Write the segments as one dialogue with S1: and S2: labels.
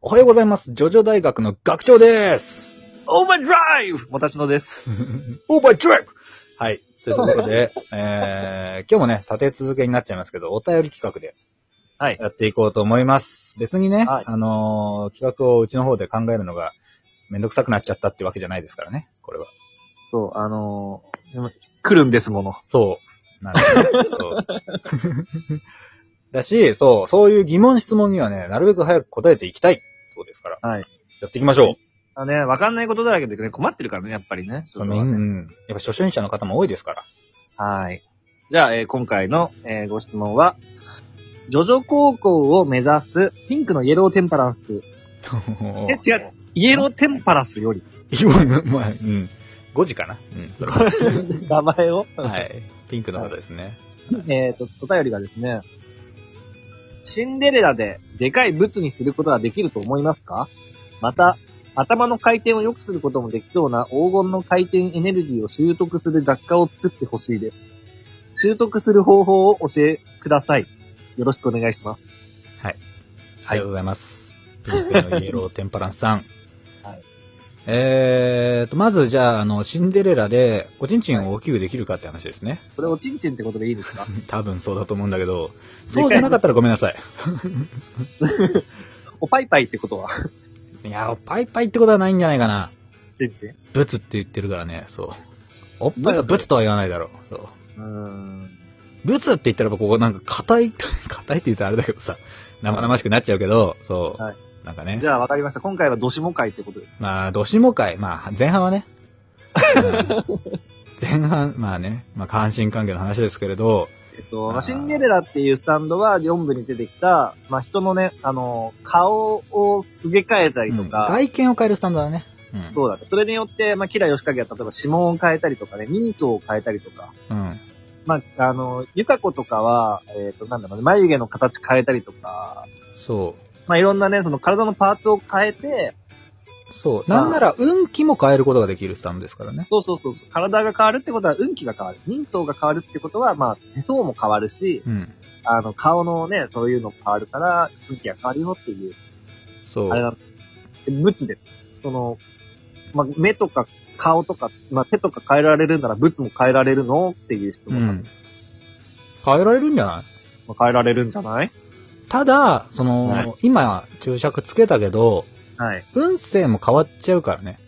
S1: おはようございます。ジョジョ大学の学長 です。
S2: オーバードライブもたちのです。
S1: オーバートリップはい。というところで、えー、今日もね、立て続けになっちゃいますけど、お便り企画で
S2: はい。
S1: やっていこうと思います。別にね、
S2: はい
S1: あのー企画をうちの方で考えるのがめんどくさくなっちゃったってわけじゃないですからね、これは。
S2: そう、あのーでも来るんですもの。
S1: そう。なるほど。そうだし、そう、そういう疑問質問にはね、なるべく早く答えていきたい。そうですから。
S2: はい。
S1: やっていきましょう。
S2: あのね、わかんないことだらけでね、困ってるからね、やっぱりね。それは
S1: うん
S2: ね
S1: うん。やっぱ初心者の方も多いです から。
S2: はい。じゃあ、えー今回の、えーご質問は、ジョジョ高校を目指すピンクのイエローテンパランス。え、違う。イエローテンパラスより、
S1: 今、まあ、うん。5時かなうん、 それは。
S2: 名前を、
S1: はい。ピンクの方ですね。
S2: えっ、と、お便りがですね、シンデレラででかいブツにすることができると思いますかまた、頭の回転を良くすることもできそうな黄金の回転エネルギーを習得する雑貨を作ってほしいです。習得する方法を教えください。よろしくお願いします。
S1: ありがとうございます。ピンクのイエローテンパランスさ ん。
S2: はい
S1: えーと、まずじゃあ、あの、シンデレラで、おちんちんを大きくできるかって話ですね。
S2: これおちんちんってことでいいですか
S1: 多分そうだと思うんだけど、そうじゃなかったらごめんなさい。
S2: おぱいぱいってことは、
S1: いや、おっぱいっぱいってことはないんじゃないかな。
S2: おちんちんう
S1: ブツって言ってるからね、そう。おっぱいはブツとは言わないだろう。そう。
S2: ーん。
S1: ブツって言ったらやっぱここなんか硬い、硬いって言ったらあれだけどさ、生々しくなっちゃうけど、そう。
S2: はい
S1: なんかね
S2: じ。ゃあわかりました。今回はどしも会ってことで。
S1: まあ、どしも会。まあ、前半はね。うん前半、まあね、まあ、関心関係の話ですけれど、
S2: えっと、ま
S1: あー
S2: あ、シンデレラっていうスタンドは4部に出てきた、まあ、人のね、あの、顔をすげ替えたりと
S1: うん
S2: か、
S1: 外見を変えるスタンドだね。うん。
S2: そうだね。それによって、まあ、キラヨシカゲは例えば指紋を変えたりとかね、ミニチュアを変えたりとか、
S1: うん。
S2: まあ、あの、ユカコとかは、えっ、と、なんだろうね、眉毛の形変えたりとか、
S1: そ
S2: まあ、いろんなね、その体のパーツを変えて、
S1: う。そう。なんなら、運気も変えることができるスタンドですからね。
S2: そうそうそうそう、体が変わるってことは運気が変わる。人相が変わるってことは、まあ、手相も変わるし、
S1: うん。
S2: あの、顔のね、そういうのも変わるから、運気が変わるよっていう
S1: そ
S2: あれ
S1: う。
S2: なの。ブツです。その、まあ、目とか顔とか、まあ、手とか変えられるならブツも変えられるのっていう質
S1: う
S2: 問なん
S1: ん
S2: です。。
S1: 変えられるんじゃない
S2: まあ、変えられるんじゃない
S1: ただ、その、
S2: はい
S1: 今、注釈つけたけど、
S2: はい。
S1: 運勢も変わっちゃうからね。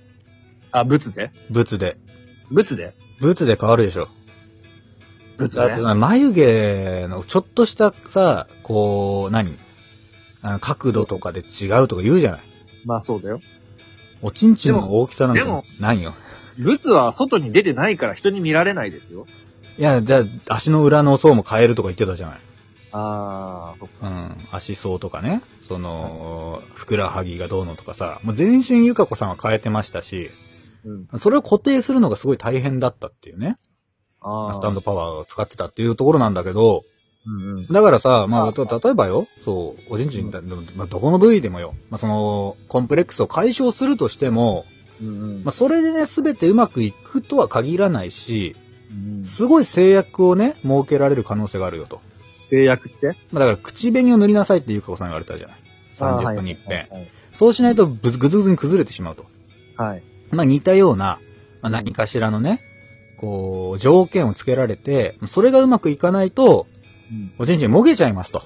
S2: あ、ブツで
S1: 仏で。
S2: ブツで
S1: 仏で変わるでしょ。
S2: ブツ
S1: だって
S2: ね。
S1: さ、眉毛のちょっとしたさ、こう、何あの角度とかで違うとか言うじゃない
S2: まあそうだよ。
S1: おちんちんの大きさなん
S2: でも
S1: てないよ。
S2: ブツは外に出てないから人に見られないですよ。
S1: いや、じゃあ、足の裏の層も変えるとか言ってたじゃない
S2: あー、そっか
S1: うん。足層とかね。その、ふくらはぎがどうのとかさ。もう全身ゆかこさんは変えてましたし、
S2: うん。
S1: それを固定するのがすごい大変だったっていうね。
S2: あー。
S1: スタンドパワーを使ってたっていうところなんだけど、
S2: うんうん。
S1: だからさ、ま
S2: あ
S1: あ、
S2: あ
S1: た例えばよ、そう、おじんちんだ、でもまあ、どこの部位でもよ、まあ、その、コンプレックスを解消するとしても、
S2: うんうん
S1: まあ、それでね、すべてうまくいくとは限らないし、
S2: うん
S1: すごい制約をね、設けられる可能性があるよと。
S2: 制約って
S1: まあ、だから、口紅を塗りなさいってゆかこさん言われたじゃない。30分に一遍。。
S2: あーはい
S1: そうしないと、ぶぐずぐずに崩れてしまうと。
S2: はい。はい
S1: まあ、似たような、まあ、何かしらのね、こう、条件をつけられて、それがうまくいかないと、
S2: うん
S1: おちんちんもげちゃいますと、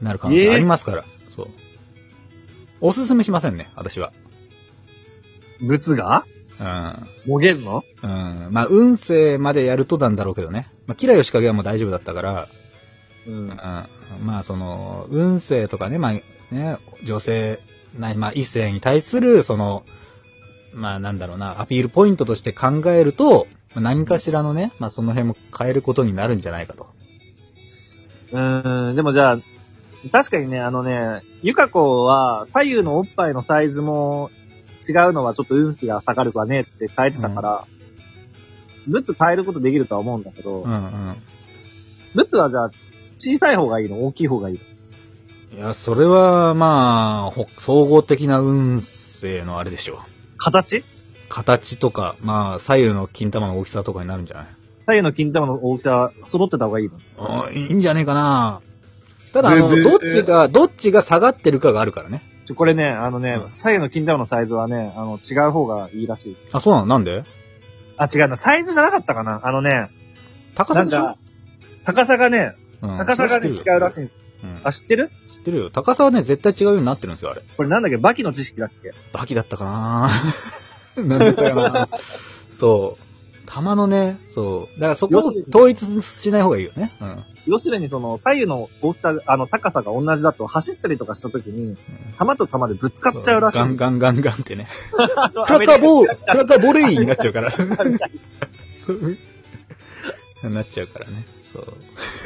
S1: なる可能性ありますから、そう。おすすめしませんね、私は。
S2: ブツが
S1: うん。
S2: もげんの
S1: うん。まあ、運勢までやるとなんだろうけどね。まあ、キラヨシカゲはもう大丈夫だったから、
S2: う。
S1: うんん。まあ、その、運勢とかね、まあ、ね、女性、なまあ、異性に対する、その、まあ、なんだろうな、アピールポイントとして考えると、まあ何かしらのね、まあ、その辺も変えることになるんじゃないかと。
S2: うーん、でもじゃあ、確かにね、あのね、ゆかこは左右のおっぱいのサイズも違うのはちょっと運気が下がるわねって変えてたから、ブツ変えることできるとは思うんだけど、
S1: うんうん。
S2: ブツはじゃあ小さい方がいいの大きい方がいいの
S1: いや、それは、まあ、ほ総合的な運勢のあれでしょう。
S2: 形
S1: 形とか、まあ、左右の金玉の大きさとかになるんじゃ
S2: 左右の金玉の大きさ揃ってた方がいいの
S1: ないあいいんじゃねえかなただ、あの、
S2: でで
S1: どっちが、どっちが下がってるかがあるからね。
S2: ちょこれね、あのね、
S1: うん
S2: 左右の金玉のサイズはね、あの、違う方がいいらしい。
S1: あ、そうなのなんで
S2: あ、違うな、サイズじゃなかったかなあのね、
S1: 高
S2: な
S1: さ
S2: ん
S1: でしょ
S2: か、高さがね、
S1: うん
S2: 高さがね、違うらしいんです。
S1: うん
S2: あ、知ってる
S1: 知ってるよ。高さはね、絶対違うようになってるんですよ、あれ。
S2: これなんだっけバキの知識だっけ
S1: バキだったかななん だったかなそう。玉のね、そう。だからそこを統一しない方がいいよね。うん。うん
S2: 要するにその、左右の大きさ、あの、高さが同じだと、走ったりとかした時に、玉と玉でぶつかっちゃうらしい
S1: ガ
S2: ん
S1: ン
S2: です。
S1: ガンガンガンってね。
S2: あの
S1: クラッカーボール、クラッカーボレイになっちゃうから。そう。なっちゃうからね。そう。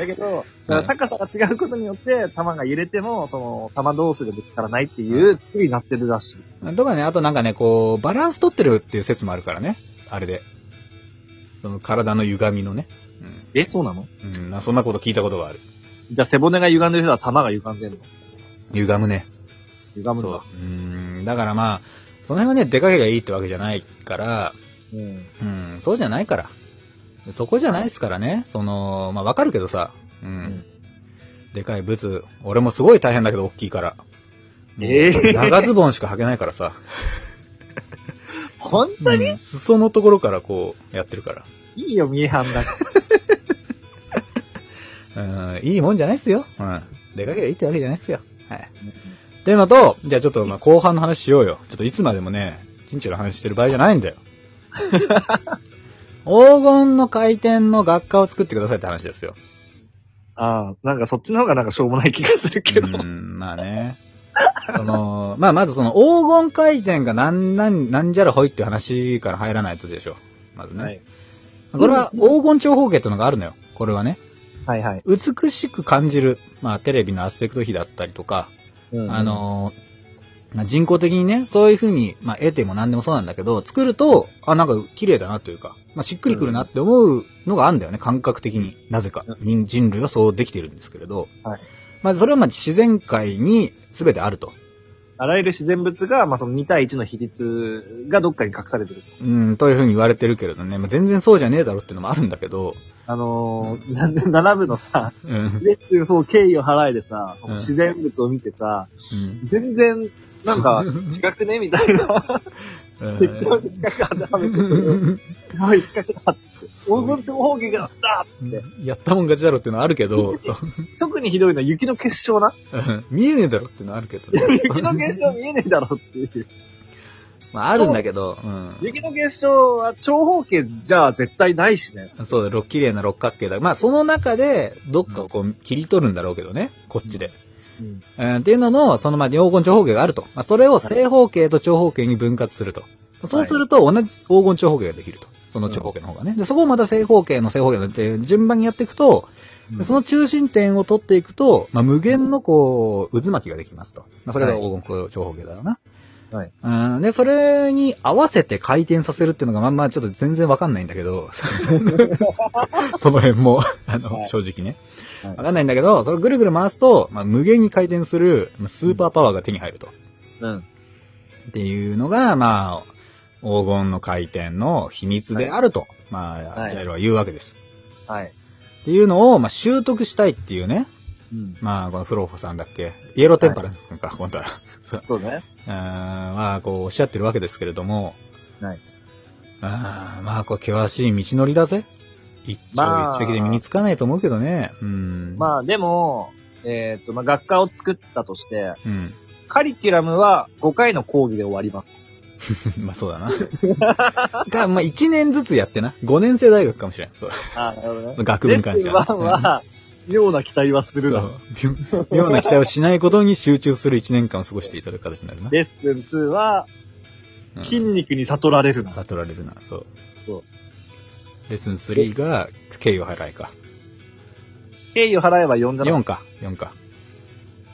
S2: だけど、だから高さが違うことによって、玉が揺れても、その、玉同士でぶつからないっていう作りになってるらしい。
S1: とかね、あとなんかね、こう、バランス取ってるっていう説もあるからね。あれで。その体の歪みのね。
S2: え、そうなの
S1: うん。うん、なそんなこと聞いたことがある。
S2: じゃあ背骨が歪んでる人は玉が歪んでるの
S1: 歪むね。
S2: 歪む
S1: そ
S2: の
S1: う。うん。だからまあ、その辺はね、出かけがいいってわけじゃないから、
S2: うん。
S1: うん、そうじゃないから。そこじゃないですからね。その、まあわかるけどさ。うん。
S2: ん
S1: でかいブツ。俺もすごい大変だけど、大きいから。
S2: ええ
S1: 長ズボンしか履けないからさ。
S2: 本当に、
S1: うん裾のところからこう、やってるから。
S2: いいよ、見えはんだ。
S1: うん、いいもんじゃないっすよ。うん。出かけりゃいいってわけじゃないっすよ。はい。っていうのと、じゃあちょっとまあ後半の話しようよ。ちょっといつまでもね、チンチュの話してる場合じゃないん だよ。黄金の回転の学科を作ってくださいって話ですよ。
S2: ああ、なんかそっちの方がなんかしょうもない気がするけど。
S1: うん、まあね。その、まあまずその黄金回転がなんなん、なんじゃらほいっていう話から入らないとでしょ。まずね。
S2: はい。
S1: これは黄金長方形ってのがあるのよ。これはね。
S2: はいはい。
S1: 美しく感じる、まあ、テレビのアスペクト比だったりとか、
S2: うん
S1: あ、のーまあ人工的にね、そういう風に、まあ、得ても何でもそうなんだけど、作ると、あ、なんか綺麗だなというか、まあ、しっくりくるなって思うのがあるんだよね、感覚的に。なぜか
S2: うん。
S1: 人人類はそうできているんですけれど。
S2: はい
S1: まあ、それはまあ自然界に全てあると。
S2: あらゆる自然物が、まあ、その2対1の比率がどっかに隠されてる。
S1: うん、という風に言われてるけれどね、まあ、全然そうじゃねえだろっていうのもあるんだけど、
S2: あのー、な、並ぶのさ、
S1: うん。
S2: レッツ4敬意を払えでさ、
S1: うん
S2: 自然物を見てさ、
S1: うん
S2: 全然、なん か、違くねみたいな。適当に四角当てはめてくる。すごい四角だって。黄金長方形がだって。
S1: やったもん勝ちだろっていうのはあるけ ど、そう
S2: 特にひどいのは雪の結晶な。
S1: うん見えねえだろっていうのはあるけどね、
S2: 雪の結晶見えねえだろっていう。
S1: まあ、あるんだけど、う
S2: 雪の結晶は長方形じゃ絶対ないしね。
S1: ん。そうだ、ろ綺麗な六角形だ。まあ、その中で、どっかをこう、切り取るんだろうけどね、こっちで。
S2: うん。
S1: うん、っていうのの、その、まあ、黄金長方形があると。まあ、それを正方形と長方形に分割すると。そうすると、同じ黄金長方形ができると。その長方形の方がね。で、そこをまた正方形の正方形のって、順番にやっていくと、でその中心点を取っていくと、まあ、無限のこう、渦巻きができますと。まあ、それが黄金長方形だろうな。
S2: はい
S1: うん。で、それに合わせて回転させるっていうのが、まあまあちょっと全然わかんないんだけど、 その辺も、あの、
S2: はい
S1: 正直ね。
S2: はい
S1: わかんないんだけど、それをぐるぐる回すと、まあ、無限に回転する、まあスーパーパワーが手に入ると。
S2: うん。
S1: っていうのが、まあ、黄金の回転の秘密であると、まあ、
S2: はい
S1: ジャイロは言うわけです。
S2: はい。
S1: っていうのを、まあ、習得したいっていうね、
S2: うん。
S1: まあ、このフローフさんだっけ、イエローテンパランスさんか、今度は。
S2: そうね。
S1: うーんまあ、こう、おっしゃってるわけですけれども、
S2: はい。
S1: あーまあ、こう、険しい道のりだぜ。一
S2: ま
S1: 朝
S2: あ
S1: 一夕で身につかないと思うけどね。うん。あ、
S2: まあでも、えっと、まあ学科を作ったとして、
S1: うん。
S2: カリキュラムは5回の講義で終わります。
S1: まあ、そうだな。が、まあ、一年ずつやってな。五年生大学かもしれん。そう。
S2: あなるほどね。
S1: 学部に関して
S2: レッ
S1: は。
S2: スン1は、妙な期待はす
S1: うん
S2: るな。
S1: そう妙妙な期待をしないことに集中する一年間を過ごしていただく形になるな。
S2: レッスン2は、
S1: うん
S2: 筋肉に悟られるな。
S1: 悟られるな、そう。
S2: そう
S1: レッスン3が、敬意を払いか。
S2: 敬意を払えば呼んだの
S1: 4か、4か。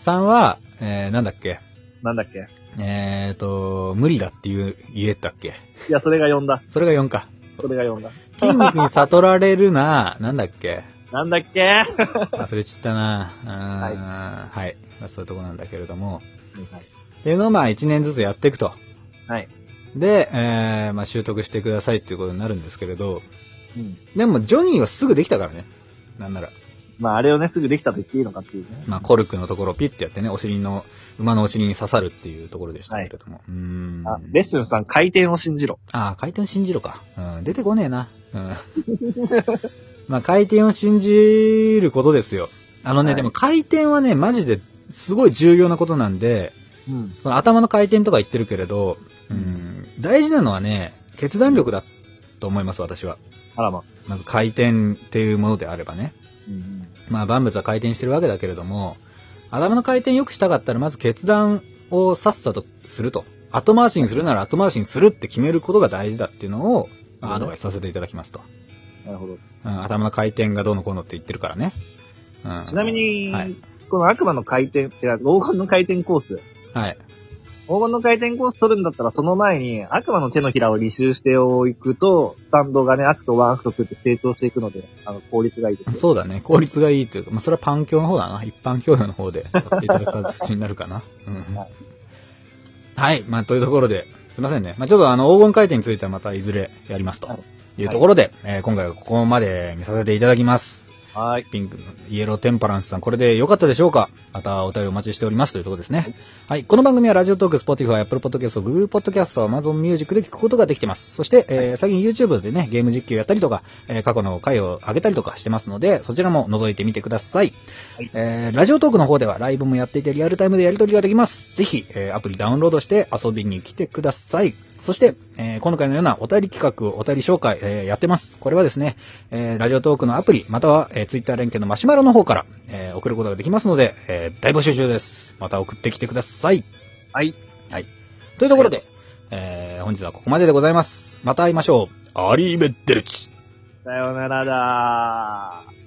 S1: 3は、えー、なんだっけ。
S2: なんだっけ
S1: えーと、無理だっていう言えたっけ。
S2: いや、それが呼んだ。
S1: それが4か。
S2: それが呼んだ。
S1: 筋肉に悟られるな、 なんだっけ。
S2: なんだっけ
S1: 忘れちったな。うーんはい。まあそういうとこなんだけれども。
S2: はい。
S1: っていうのをまあ1年ずつやっていくと。
S2: はい。
S1: で、えー、まあ習得してくださいっていうことになるんですけれど、
S2: うん。
S1: でもジョニーはすぐできたからね。なんなら。
S2: まあ、あれをね、すぐできたと言っていいのかっていうね。
S1: まあ、コルクのところをピッてやってね、お尻の、馬のお尻に刺さるっていうところでしたけれども。うーん。
S2: あ、レッスンさん、回転を信じろ。
S1: ああ、回転を信じろか。うん、出てこねえな。うん。 まあ、回転を信じることですよ。あのね、
S2: はい
S1: でも回転はね、マジですごい重要なことなんで、
S2: うん。
S1: その頭の回転とか言ってるけれど、うん、大事なのはね、決断力だと思います、私は。
S2: あらま。
S1: まず回転っていうものであればね。
S2: うん。
S1: まあ、万物は回転してるわけだけれども、頭の回転良くしたかったら、まず決断をさっさとすると。後回しにするなら後回しにするって決めることが大事だっていうのを、まあアドバイスさせていただきますと。
S2: なるほど。
S1: うん、頭の回転がどうのこうのって言ってるからね。うん、
S2: ちなみに、
S1: はい
S2: この悪魔の回転、いや、黄金の回転コース。
S1: はい。
S2: 黄金の回転コース取るんだったら、その前に悪魔の手のひらを履修しておくと、スタンドがね、悪と1、悪と2って成長していくので、あの、効率がいいですよ。
S1: そうだね。効率がいいというか、まあ、それはパン教の方だな。一般教養の方でやっていただく形になるか な。うん
S2: はい
S1: はい。まあ、というところで、すいませんね。まあ、ちょっとあの、黄金回転についてはまたいずれやりますと
S2: はい
S1: いうところで、えー今回はここまで見させていただきます。
S2: はい。
S1: ピンクのイエローテンパランスさん、これで良かったでしょうかまたお便りお待ちしておりますというところですね。はい。この番組はラジオトーク、Spotify、Apple Podcast、Google Podcast、Amazon Music で聞くことができてます。そして、えー最近 YouTube でね、ゲーム実況やったりとか、えー過去の回を上げたりとかしてますので、そちらも覗いてみてください。
S2: はい
S1: えーラジオトークの方ではライブもやっていてリアルタイムでやり取りができます。ぜひ、えーアプリダウンロードして遊びに来てください。そして、えー今回のようなお便り企画、お便り紹介、えーやってます。これはですね、えーラジオトークのアプリ、または、えー、Twitter 連携のマシュマロの方から、えー送ることができますので、えー大募集中です。また送ってきてください。
S2: はい。
S1: というところで、えー本日はここまででございます。また会いましょう。アリーベッデルチ。
S2: さようならだー。